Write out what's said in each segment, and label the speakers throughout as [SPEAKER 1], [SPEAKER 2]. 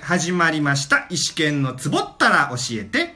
[SPEAKER 1] 始まりました石剣のつぼったら教えて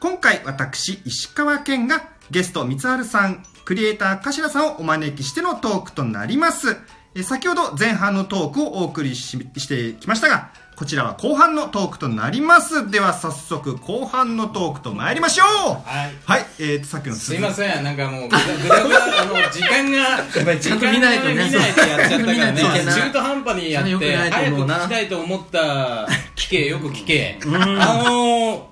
[SPEAKER 1] 今回私石川県がゲスト三春さんクリエイター頭さんをお招きしてのトークとなりますえ先ほど前半のトークをお送りししてきましたがこちらは後半のトークとなりますでは早速後半のトークと参りましょう
[SPEAKER 2] はい
[SPEAKER 1] はい、えー、さっきの続
[SPEAKER 2] す
[SPEAKER 1] き
[SPEAKER 2] いません、なんかもう、ぐだぐだぐだ、あの、時間が、
[SPEAKER 3] ちゃんと見ないと
[SPEAKER 2] 時間が見ないとやっ
[SPEAKER 3] ね
[SPEAKER 2] ちゃったからね
[SPEAKER 3] そう見ないといけ、ない
[SPEAKER 2] 中途半端にやっ
[SPEAKER 3] それ
[SPEAKER 2] て、
[SPEAKER 3] 良くな
[SPEAKER 2] 早
[SPEAKER 3] いと
[SPEAKER 2] く
[SPEAKER 3] 思うな
[SPEAKER 2] 聞きたいと思った、聞け、よく聞け。あのー、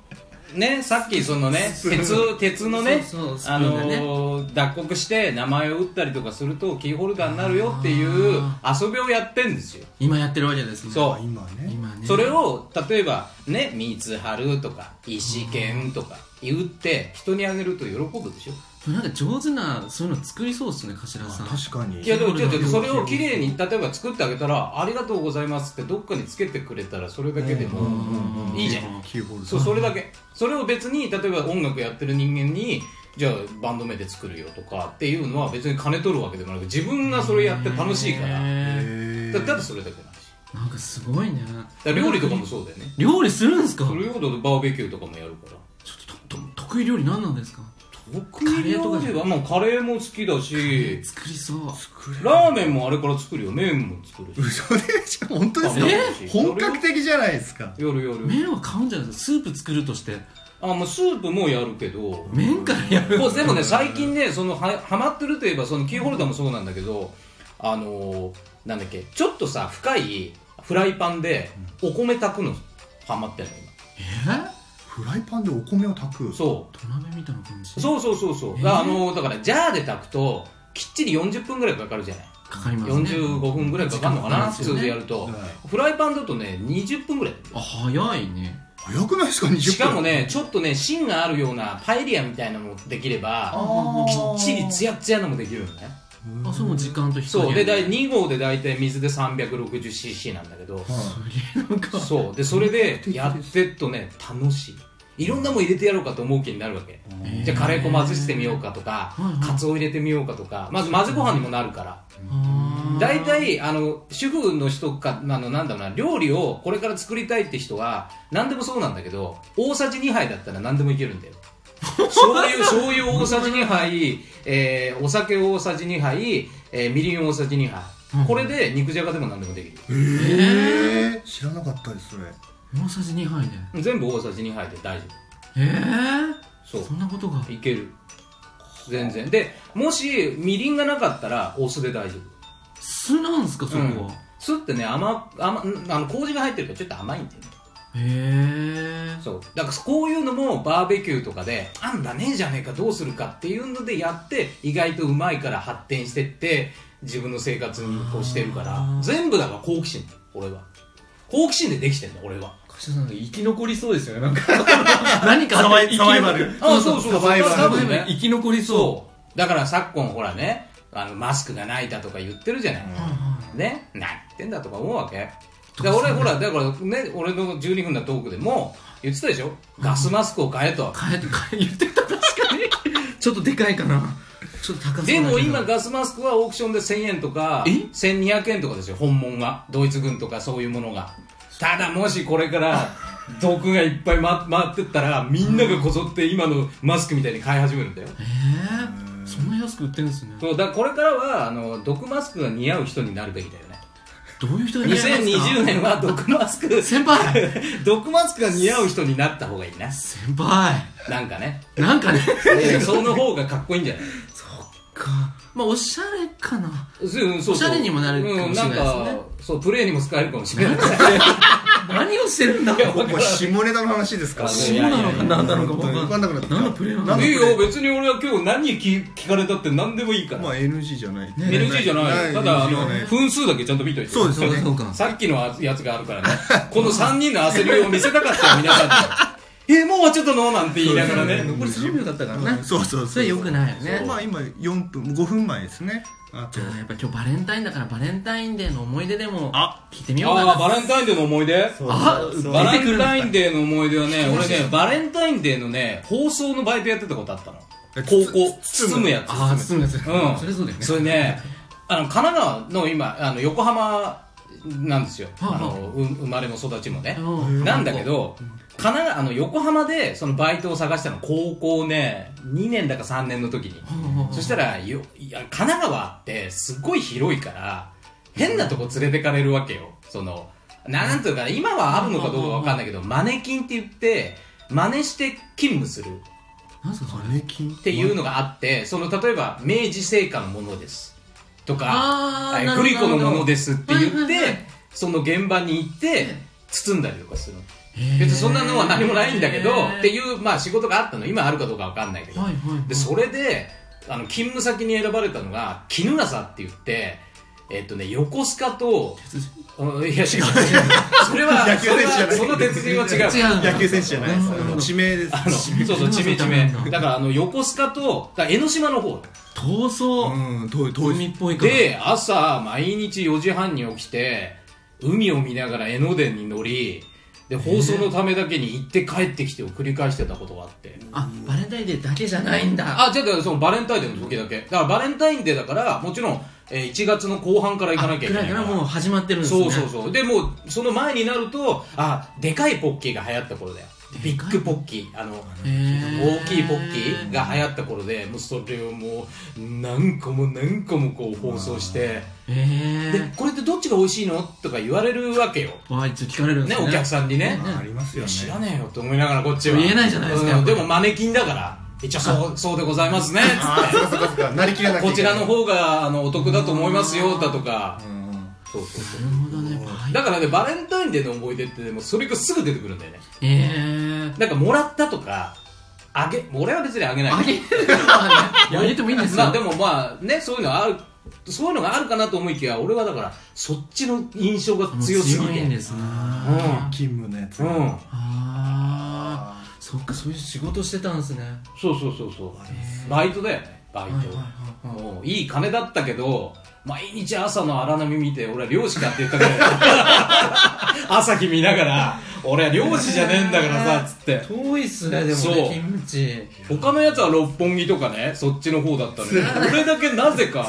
[SPEAKER 2] ね、さっきそのね、鉄を、鉄のね
[SPEAKER 3] そうそう、スプ
[SPEAKER 2] あ
[SPEAKER 3] ーンがね
[SPEAKER 2] のー、脱穀して名前を打ったりとかするとキーホルダーになるよっていう遊びをやってんですよ。
[SPEAKER 3] 今やってるわけですね
[SPEAKER 2] そう。
[SPEAKER 1] 今ね
[SPEAKER 3] 今ね
[SPEAKER 2] それを例えばね「三つ春」とか「石剣」とか言って人にあげると喜ぶでしょ
[SPEAKER 3] なんか上手なそういうの作りそうですね頭さん
[SPEAKER 1] 確かに
[SPEAKER 2] いやでもちょっとそれを綺麗に例えば作ってあげたら「ありがとうございます」ってどっかにつけてくれたらそれだけで
[SPEAKER 1] うん
[SPEAKER 2] も
[SPEAKER 1] うんうん
[SPEAKER 2] いいじゃん
[SPEAKER 1] キーホルダー
[SPEAKER 2] そうそれだけそれを別に例えば音楽やってる人間にじゃあバンド名で作るよとかっていうのは別に金取るわけでもなく自分がそれやって楽しいからだ
[SPEAKER 3] へ
[SPEAKER 1] へ
[SPEAKER 2] だ
[SPEAKER 1] ー
[SPEAKER 2] ったらそれだけなんですよ
[SPEAKER 3] ーなんかすごいね
[SPEAKER 2] だから料理とかもそうだよね
[SPEAKER 3] 料理するんですか
[SPEAKER 2] それほどバーベキューとかもやるから
[SPEAKER 3] ちょっととと得意料理何なんですか
[SPEAKER 2] 僕料理はまあカレーも好きだし
[SPEAKER 3] 作りそう
[SPEAKER 2] ラーメンもあれから作るよ麺も作るし
[SPEAKER 1] 嘘でしょ本当ですか
[SPEAKER 2] え
[SPEAKER 1] 本格的じゃないですか
[SPEAKER 2] 夜夜
[SPEAKER 3] 麺は買うんじゃないですかスープ作るとして
[SPEAKER 2] あもうスープもやるけど
[SPEAKER 3] 麺からやる
[SPEAKER 2] こうでもね最近ねそのはハマってるといえばそのキーホルダーもそうなんだけどあのーなんだっけちょっとさ深いフライパンでお米炊くのハマってるの
[SPEAKER 3] えー
[SPEAKER 1] フライパンでお米を炊く
[SPEAKER 2] 今そ
[SPEAKER 3] 土鍋みたいな感じ
[SPEAKER 2] うそうそうそうそう、
[SPEAKER 3] えー
[SPEAKER 2] あのーだからジャーで炊くときっちり40分ぐらいかかるじゃない
[SPEAKER 3] かかりますね
[SPEAKER 2] 45分ぐらいかかるのかな普通
[SPEAKER 3] 時間かか
[SPEAKER 2] で
[SPEAKER 3] り
[SPEAKER 2] や
[SPEAKER 3] ますよ
[SPEAKER 2] る
[SPEAKER 3] ね
[SPEAKER 2] と
[SPEAKER 1] はい
[SPEAKER 2] フライパンだとね20分ぐらい
[SPEAKER 3] あ早いね
[SPEAKER 1] 早くないですか20分
[SPEAKER 2] しかもねちょっとね芯があるようなパエリアみたいなのもできれば
[SPEAKER 1] あ
[SPEAKER 2] き
[SPEAKER 1] ー
[SPEAKER 2] っちりツヤツヤのもできるのね
[SPEAKER 3] あそれも時間と人
[SPEAKER 2] そうで大2合で大体水で 360cc なんだけど
[SPEAKER 1] は
[SPEAKER 3] なんか
[SPEAKER 2] そうでそれでやってっとね楽しいいろんなもん入れてやろうかと思う気になるわけ
[SPEAKER 1] い
[SPEAKER 3] えー
[SPEAKER 2] じゃあカレー粉混ぜしてみようかとか
[SPEAKER 3] うんうん
[SPEAKER 2] カツオ入れてみようかとかまず混ぜご飯にもなるから
[SPEAKER 3] あー
[SPEAKER 2] 大体あの主婦の人かあのなんだろうな料理をこれから作りたいって人は何でもそうなんだけど大さじ2杯だったら何でもいけるん だよ醤油醤油大さじ2杯、えーお酒大さじ2杯、えーみりん大さじ2杯
[SPEAKER 3] うん
[SPEAKER 2] これで肉じゃがでも何でもできる
[SPEAKER 1] えー知らなかったですそれ
[SPEAKER 3] 大さじ2杯で
[SPEAKER 2] 全部大さじ2杯で大丈
[SPEAKER 3] え
[SPEAKER 2] 夫そ
[SPEAKER 3] えそんなことが
[SPEAKER 2] ういける全然でもしみりんがなかったらお酢で大丈
[SPEAKER 3] 酢なんすかそ
[SPEAKER 2] 夫、
[SPEAKER 3] こ
[SPEAKER 2] うん
[SPEAKER 3] は、
[SPEAKER 2] 酢ってね甘甘あの麹が入ってるからちょっと甘いんだよね
[SPEAKER 3] へえ
[SPEAKER 2] そうだからこういうのもバーベキューとかであんだねえじゃねえかどうするかっていうのでやって意外とうまいから発展してって自分の生活にこうしてるから全部だから好奇心俺は好奇心でできてんだ俺は
[SPEAKER 3] 柏さん生き残りそうですよねなんか 何かあって生き残
[SPEAKER 1] サバイバル
[SPEAKER 2] あそうそうそう
[SPEAKER 1] サバイバル
[SPEAKER 2] 多
[SPEAKER 3] 多分
[SPEAKER 2] 分
[SPEAKER 3] ね
[SPEAKER 2] ね
[SPEAKER 3] 生き残りそ
[SPEAKER 2] そうだから昨今ほらねあのマスクがないだとか言ってるじゃない、
[SPEAKER 3] うはい
[SPEAKER 2] ね何言ってんだとか思うわけだから俺ほらだからね俺の12分のトークでも言ってたでしょガスマスクを買えと
[SPEAKER 3] はい変えて変え言ってた確かにちょっとでかいかなちょっと高そうだけ
[SPEAKER 2] で
[SPEAKER 3] ど
[SPEAKER 2] も今ガスマスクはオークションで1000円とか
[SPEAKER 3] え
[SPEAKER 2] 1200円とかですよ本物はドイツ軍とかそういうものがただもしこれ から毒がいっぱいま回ってったらみんながこぞって今のマスクみたいに買い始めるんだよ
[SPEAKER 3] ええそんな安く売ってるんですね
[SPEAKER 2] そうだからこれからはあの毒マスクが似合う人になるべきだよね
[SPEAKER 3] どういう人が似合いますか
[SPEAKER 2] 2020年は毒マ スク
[SPEAKER 3] 先輩
[SPEAKER 2] 毒マスクが似合う人になった方がいいな
[SPEAKER 3] 先輩
[SPEAKER 2] なんかね
[SPEAKER 3] なんかね
[SPEAKER 2] その方がかっこいいんじゃない
[SPEAKER 3] そっかまあおしゃれかな
[SPEAKER 2] そうそう
[SPEAKER 3] おしゃれにもなるかもしれないですね
[SPEAKER 2] うんなんかそうプレーにも使えるかもしれない
[SPEAKER 3] 何をしてるんだろう
[SPEAKER 1] これ下ネタの話ですか
[SPEAKER 2] あ
[SPEAKER 3] そうなのか何なのか
[SPEAKER 1] 本当に
[SPEAKER 3] 分
[SPEAKER 1] 分
[SPEAKER 3] か
[SPEAKER 1] か
[SPEAKER 3] ん
[SPEAKER 1] ん
[SPEAKER 3] な
[SPEAKER 1] ないくなってきた
[SPEAKER 3] 何のプレーなの
[SPEAKER 1] 何
[SPEAKER 2] いいよ別に俺は今日何聞聞かれたって何でもいいから、
[SPEAKER 1] まあ NG じゃない
[SPEAKER 3] ね
[SPEAKER 2] NG じゃない
[SPEAKER 1] ない
[SPEAKER 2] ただあ
[SPEAKER 1] NG
[SPEAKER 2] の
[SPEAKER 1] はない
[SPEAKER 2] 分数だけちゃんと見といて
[SPEAKER 1] そうです
[SPEAKER 3] そうかそうか
[SPEAKER 2] さっきのやつがあるからねこの3人の焦りを見せたかったよ皆さんにえもう終わっちょっとのうなんて言いながらね
[SPEAKER 3] 残り3秒だったからね
[SPEAKER 1] うんそうそうそう
[SPEAKER 3] それよくないよね
[SPEAKER 1] まあ今4分5分前ですねあと
[SPEAKER 3] じゃあやっぱ今日バレンタインだからバレンタインデーの思い出でも
[SPEAKER 1] あ
[SPEAKER 3] 聞いてみようか
[SPEAKER 2] あ
[SPEAKER 3] な
[SPEAKER 2] あバレンタインデーの思い出
[SPEAKER 3] あ
[SPEAKER 2] バ
[SPEAKER 3] 出てく
[SPEAKER 2] レ
[SPEAKER 3] る
[SPEAKER 2] ンタインデーの思い出はね俺ねバレンタインデーのね放送のバイトやってたことあったの
[SPEAKER 1] え
[SPEAKER 2] 高校
[SPEAKER 1] つ
[SPEAKER 2] 包むやつ
[SPEAKER 3] ああ包むやつ
[SPEAKER 2] うん
[SPEAKER 3] それそうだよね
[SPEAKER 2] それねあの神奈川の今あの横浜なんですよ、
[SPEAKER 3] はあ
[SPEAKER 2] あのう生まれも育ちもね、
[SPEAKER 3] うん
[SPEAKER 2] なんだけど、神奈川あの横浜でそのバイトを探したの高校ね2年だか3年の時に、そしたらよいや神奈川ってすごい広いから変なとこ連れてかれるわけよそのなんというか、ね、今はあるのかどうかわかんないけど、マネキンって言って真似して勤務する
[SPEAKER 3] なんすかそれ
[SPEAKER 1] マネキンっ
[SPEAKER 2] っていう
[SPEAKER 1] の
[SPEAKER 2] のがあってその例えば明治製菓のものですと
[SPEAKER 3] あ
[SPEAKER 2] か
[SPEAKER 3] ー
[SPEAKER 2] えー
[SPEAKER 3] なる
[SPEAKER 2] グ
[SPEAKER 3] ほど
[SPEAKER 2] リコのものですって言って、
[SPEAKER 3] はいはいはい
[SPEAKER 2] その現場に行って包んだりとかするの
[SPEAKER 3] へー
[SPEAKER 2] 別にそんなのは何もないんだけど
[SPEAKER 3] へー
[SPEAKER 2] っていう、まあ、仕事があったの今あるかどうかわかんないけど、
[SPEAKER 3] はいはいはい
[SPEAKER 2] でそれであの勤務先に選ばれたのが衣笠って言ってえっとね横須賀とうん いや違う違うそれは
[SPEAKER 1] 野球選手じゃない
[SPEAKER 2] それはその鉄人は違う
[SPEAKER 3] 違う
[SPEAKER 1] 野球選手じゃないです
[SPEAKER 3] なるほど
[SPEAKER 1] 地名です
[SPEAKER 2] あのそうそう地名地名だからあの横須賀とだから江ノ島の方
[SPEAKER 3] 闘争
[SPEAKER 1] うん遠い遠
[SPEAKER 3] 海
[SPEAKER 1] い
[SPEAKER 3] っぽいから
[SPEAKER 2] で朝毎日4時半に起きて海を見ながら江ノ電に乗りで放送のためだけに行って帰ってきてを繰り返してたことがあって
[SPEAKER 3] あバレンタインデーだけじゃないんだ
[SPEAKER 2] あじゃあそのバレンタインデーの時だけだからバレンタインデーだからもちろん、えー1月の後半から行かなきゃいけない
[SPEAKER 3] あ
[SPEAKER 2] か
[SPEAKER 3] 暗
[SPEAKER 2] ら
[SPEAKER 3] からもう始まってるんですね
[SPEAKER 2] そうそうそうでもうその前になるとあでかいポッキーが流行った頃だよビッグポッキーあの
[SPEAKER 3] へー
[SPEAKER 2] 大きいポッキーが流行った頃でもうそれをもう何個も何個もこう放送して
[SPEAKER 3] へえ
[SPEAKER 2] でこれってどっちが美味しいのとか言われるわけよ、
[SPEAKER 3] あいつ聞かれるんで
[SPEAKER 2] ね、
[SPEAKER 3] すね
[SPEAKER 2] お客さんにね
[SPEAKER 1] ああります
[SPEAKER 2] い
[SPEAKER 1] よ
[SPEAKER 2] や
[SPEAKER 1] ね
[SPEAKER 2] 知らねえよと思いながらこっちは
[SPEAKER 3] 言えないじゃないですか
[SPEAKER 2] うんでもマネキンだから一応そうそうでございますね つって
[SPEAKER 1] ああそっかそっかそっかなりきらなきゃ
[SPEAKER 2] こ
[SPEAKER 1] いけ
[SPEAKER 2] ち
[SPEAKER 1] ない
[SPEAKER 2] らの方があのお得だと思いますよだとか
[SPEAKER 1] うん
[SPEAKER 2] そうそうそ
[SPEAKER 3] なるほどね
[SPEAKER 2] うだからねバレンタインデーの思い出ってもうそれがすぐ出てくるんだよね
[SPEAKER 3] へ え
[SPEAKER 2] なんかもらったとかあげ俺は別にあげない
[SPEAKER 3] あげるのは ねやめてもいいんです
[SPEAKER 2] まあ
[SPEAKER 3] よ
[SPEAKER 2] でもまあねそういうのはあるそういうのがあるかなと思いきや俺はだからそっちの印象が強すぎ
[SPEAKER 3] 強
[SPEAKER 2] て
[SPEAKER 3] いんですね
[SPEAKER 2] うん
[SPEAKER 1] 勤務のやつ
[SPEAKER 2] うん
[SPEAKER 3] ああそっかそういう仕事してたんですね
[SPEAKER 2] そうそうそうそうバイトだよねバイト、
[SPEAKER 3] はいはいはいはい
[SPEAKER 2] もういい金だったけど毎日朝の荒波見て俺は漁師かって言 ったから朝日見ながら俺は漁師じゃねえんだからさつって
[SPEAKER 3] 遠いっすねでも
[SPEAKER 2] そう
[SPEAKER 3] ねキムチ
[SPEAKER 2] 他のやつは六本木とかねそっちの方だったのに俺だけなぜか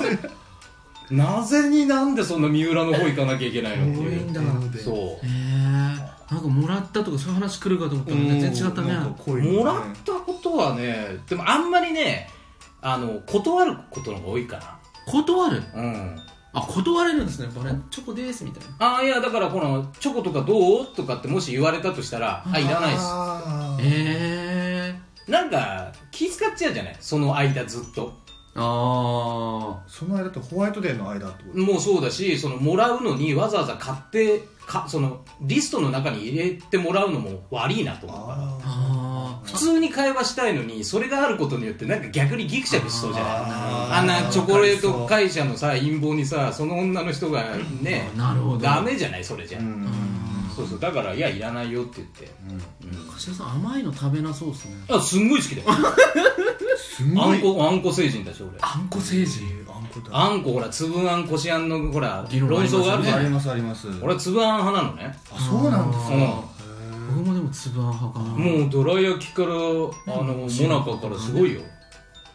[SPEAKER 2] なぜになんでそんな三浦の方行かなきゃいけないのって
[SPEAKER 3] 遠い
[SPEAKER 2] い
[SPEAKER 3] ん
[SPEAKER 2] う
[SPEAKER 3] だ
[SPEAKER 1] う
[SPEAKER 2] そ
[SPEAKER 3] へえなんかもらったとかそういう話来るかと思ったら
[SPEAKER 2] うん
[SPEAKER 3] ね全然違ったね
[SPEAKER 1] なんか濃
[SPEAKER 2] う
[SPEAKER 1] いね
[SPEAKER 2] もらったことはねでもあんまりねあの断ることの方が多いか
[SPEAKER 3] 断る
[SPEAKER 2] なうん
[SPEAKER 3] あ断れるんですねバレンチョコですみたいな
[SPEAKER 2] ああいやだからこのチョコとかどうとかってもし言われたとしたらあいらないです
[SPEAKER 1] あー
[SPEAKER 3] へえ
[SPEAKER 2] なんか気遣っちゃうじゃないその間ずっと
[SPEAKER 3] あ
[SPEAKER 1] その間とホワイトデーの間ってこと
[SPEAKER 2] もうそうだしそのもらうのにわざわざ買ってかそのリストの中に入れてもらうのも悪いなと思うから
[SPEAKER 3] ああ
[SPEAKER 2] 普通に会話したいのにそれがあることによってなんか逆にギクシャクしそうじゃない
[SPEAKER 1] あ
[SPEAKER 2] あんなチョコレート会社のさ陰謀にさその女の人がね
[SPEAKER 3] あなるほど
[SPEAKER 2] ダメじゃないそれじゃ、
[SPEAKER 1] うん
[SPEAKER 2] そうそうだからいやいらないよって言って、
[SPEAKER 3] 柏さん甘いの食べなそうですね
[SPEAKER 2] あすんごい好きだよ
[SPEAKER 1] すんご
[SPEAKER 2] あん
[SPEAKER 1] い
[SPEAKER 2] こあんこ星人だし俺
[SPEAKER 3] あんこ政治
[SPEAKER 1] あんこだ
[SPEAKER 2] あんこほら粒あんこしあんのほら
[SPEAKER 3] 議
[SPEAKER 2] 論
[SPEAKER 3] 論ありま
[SPEAKER 2] 争
[SPEAKER 3] す
[SPEAKER 2] があるじゃ
[SPEAKER 1] あ
[SPEAKER 2] な
[SPEAKER 1] り
[SPEAKER 2] い
[SPEAKER 1] ますあります
[SPEAKER 2] 俺は粒あん派なのね
[SPEAKER 1] あそうなんです
[SPEAKER 2] うん
[SPEAKER 1] か
[SPEAKER 3] 僕もでもつぶあん派かな
[SPEAKER 2] もうどら焼きからあのもなかからすごいよ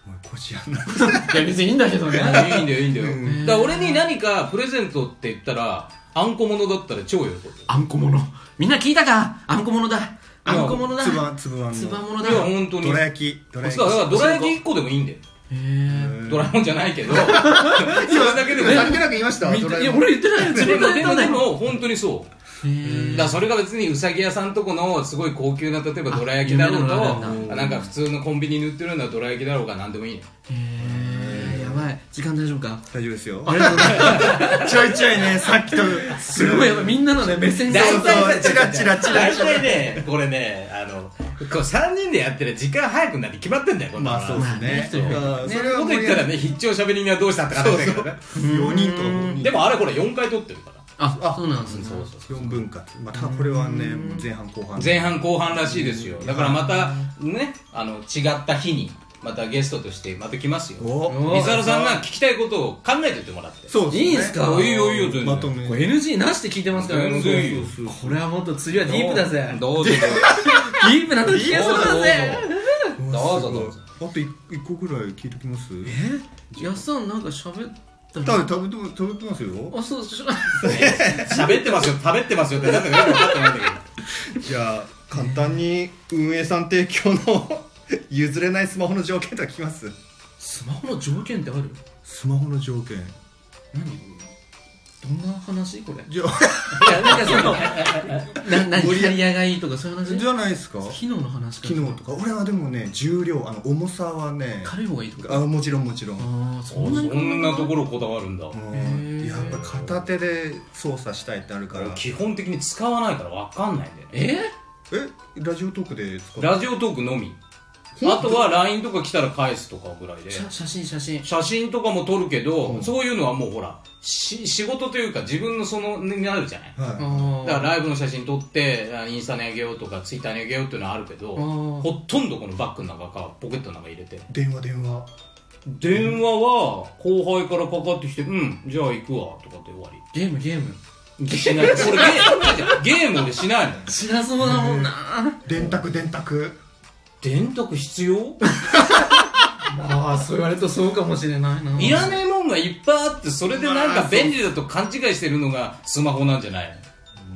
[SPEAKER 1] お前こじやんない
[SPEAKER 3] いや別にいいんだけどね
[SPEAKER 2] いいんだよいいんだよ
[SPEAKER 1] うん
[SPEAKER 2] だから俺に何かプレゼントって言ったらあんこものだったら超喜ぶ
[SPEAKER 3] あんこものみんな聞いたかあんこものだあんこものだ
[SPEAKER 1] つばつぶあん
[SPEAKER 3] つば
[SPEAKER 1] の
[SPEAKER 3] ものだ
[SPEAKER 2] いや
[SPEAKER 3] へ
[SPEAKER 2] 本当に
[SPEAKER 1] どら焼きどら焼
[SPEAKER 2] そうだから
[SPEAKER 1] き
[SPEAKER 2] どら焼き1個でもいいんだよ
[SPEAKER 3] え
[SPEAKER 2] ドラえもんじゃないけ どそれだけでもいい
[SPEAKER 1] さりげなく言いましたドラ
[SPEAKER 3] い
[SPEAKER 1] え
[SPEAKER 3] や
[SPEAKER 1] もん
[SPEAKER 3] 俺言って ないよ自
[SPEAKER 2] で
[SPEAKER 3] 分
[SPEAKER 2] も
[SPEAKER 3] が
[SPEAKER 2] で
[SPEAKER 3] 言っ
[SPEAKER 2] も
[SPEAKER 3] た
[SPEAKER 2] で
[SPEAKER 3] んだよ
[SPEAKER 2] も本当にそう
[SPEAKER 3] へ
[SPEAKER 2] だ
[SPEAKER 3] え
[SPEAKER 2] からそれが別にうさぎ屋さんとこのすごい高級な例えばどら焼きだろう
[SPEAKER 3] あ
[SPEAKER 2] と
[SPEAKER 3] 夢
[SPEAKER 1] な
[SPEAKER 3] の
[SPEAKER 2] なんか普通のコンビニに売ってるようなどら焼きだろうが何でもいいの
[SPEAKER 3] へえやばい時間大丈夫か
[SPEAKER 1] 大丈夫ですよ
[SPEAKER 3] ありがとうございます
[SPEAKER 1] ちょいちょいねさっきと
[SPEAKER 3] すごいやっぱみんなのね目線が
[SPEAKER 2] 大体
[SPEAKER 1] そうそうチラチラチラ
[SPEAKER 2] 大体ねこれねあのこう3人でやってる時間早くなって決まってんだよこんな
[SPEAKER 1] ま
[SPEAKER 2] の
[SPEAKER 1] あそうですね
[SPEAKER 3] ま
[SPEAKER 1] うんそれ
[SPEAKER 2] こ
[SPEAKER 1] はも
[SPEAKER 2] と
[SPEAKER 1] う
[SPEAKER 2] 言ったらね必聴しゃべりにはどうしたって話だけどね
[SPEAKER 1] 4人とか5人
[SPEAKER 2] でもあれこれ4回撮ってるから
[SPEAKER 3] あそうなんですね
[SPEAKER 2] そうそう
[SPEAKER 1] 4分割まあただこれはね前半後半
[SPEAKER 2] 前半後半らしいですよだからまたねあの違った日にまたゲストとしてまた来ますよ
[SPEAKER 1] お
[SPEAKER 2] 水原さんが聞きたいことを考えてってもらって
[SPEAKER 1] そうですね
[SPEAKER 3] いいんすか
[SPEAKER 2] おいよいよ全然
[SPEAKER 1] まとめ
[SPEAKER 3] これ NG なしで聞いてますから
[SPEAKER 2] 全然いいよ
[SPEAKER 3] これはもっと釣りはディープだぜ
[SPEAKER 2] どうぞ
[SPEAKER 3] ディープなの聞けそうだぜ
[SPEAKER 2] どうぞどうぞ
[SPEAKER 1] あと一一個ぐらい聞いときます
[SPEAKER 3] えやっさんなんか喋っ
[SPEAKER 1] 多分食べてます食べてますよ
[SPEAKER 3] あそうし
[SPEAKER 2] 喋ってますよ、食べってますよって、なんかよく分かってないんだ
[SPEAKER 1] じゃあ簡単に運営さん提供の 譲れないスマホの条件とか聞きます
[SPEAKER 3] スマホの条件ってある
[SPEAKER 1] スマホの条件
[SPEAKER 3] 何どんな話これ
[SPEAKER 1] じゃ
[SPEAKER 3] いやなんかそ のな何
[SPEAKER 1] 盛り上
[SPEAKER 3] キャリアがいいとかそういう話
[SPEAKER 1] じゃないですか
[SPEAKER 3] 機能の話か
[SPEAKER 1] 機能とか俺はでもね重量あの重さはね
[SPEAKER 3] 軽い方がいいとか
[SPEAKER 1] あもちろんもちろん
[SPEAKER 3] ああそんなに
[SPEAKER 2] けど、そんなところこだわるんだ、
[SPEAKER 1] うん
[SPEAKER 3] へー
[SPEAKER 1] やっぱ片手で操作したいってあるから
[SPEAKER 2] 基本的に使わないから分かんないんだよね、
[SPEAKER 3] え
[SPEAKER 1] えラジオトークで使う
[SPEAKER 2] ラジオトークのみ、あとは LINE とか来たら返すとかぐらいで、
[SPEAKER 3] 写写真写真
[SPEAKER 2] 写真とかも撮るけど、
[SPEAKER 1] うん
[SPEAKER 2] そういうのはもうほら、し仕事というか、自分のそのになるじゃない。
[SPEAKER 1] は
[SPEAKER 3] あ
[SPEAKER 2] だからライブの写真撮ってあインスタにあげようとかツイッターにあげようっていうのはあるけど
[SPEAKER 3] あー
[SPEAKER 2] ほとんどこのバッグの中かポケットの中入れて
[SPEAKER 1] い電話電話
[SPEAKER 2] 電話は後輩からかかってきて「うんじゃあ行くわ」とかって終わ
[SPEAKER 3] ゲームゲーム
[SPEAKER 2] りしない俺ゲームゲーム俺しないの
[SPEAKER 3] しなそうだもんな
[SPEAKER 1] 電卓電卓
[SPEAKER 2] 電卓必要
[SPEAKER 3] ああそう言われるとそうかもしれないない
[SPEAKER 2] ら ないもんがいっぱいあってそれでなんか便利だと勘違いしてるのがスマホなんじゃない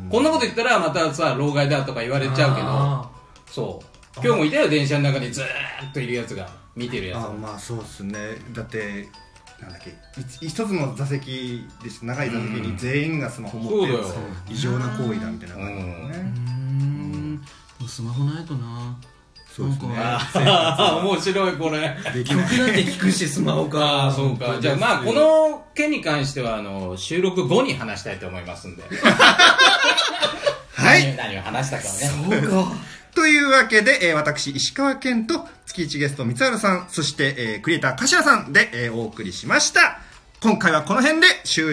[SPEAKER 2] こんなこと言ったらまたさ老害だとか言われちゃうけど
[SPEAKER 3] あ
[SPEAKER 2] そう今日もいたよ電車の中にずーっといるやつが見てるやつ
[SPEAKER 1] あまあそうっすねだってなんだっけい一つの座席です長い座席に全員がスマホ持ってるやつ
[SPEAKER 2] そうだよ
[SPEAKER 1] 異常な行為だみたいな感じだよ
[SPEAKER 3] ーうー
[SPEAKER 1] ね
[SPEAKER 3] んでもスマホないとな
[SPEAKER 1] そうですね
[SPEAKER 3] なん
[SPEAKER 1] 生活
[SPEAKER 2] あ
[SPEAKER 1] は
[SPEAKER 2] 面白いこれ
[SPEAKER 1] でき
[SPEAKER 3] 曲
[SPEAKER 1] な
[SPEAKER 3] だっ
[SPEAKER 1] い
[SPEAKER 3] て聞くしスマホ
[SPEAKER 2] あ
[SPEAKER 3] か
[SPEAKER 2] あそうかじゃあまあこの件に関してはあの収録後に話したいと思います んで
[SPEAKER 1] はい
[SPEAKER 2] 何を何を話したかをね
[SPEAKER 3] そうか
[SPEAKER 1] というわけで、えー私、石川健と月一ゲスト三原さん、そして、えークリエイター柏さんで、えーお送りしました。今回はこの辺で終了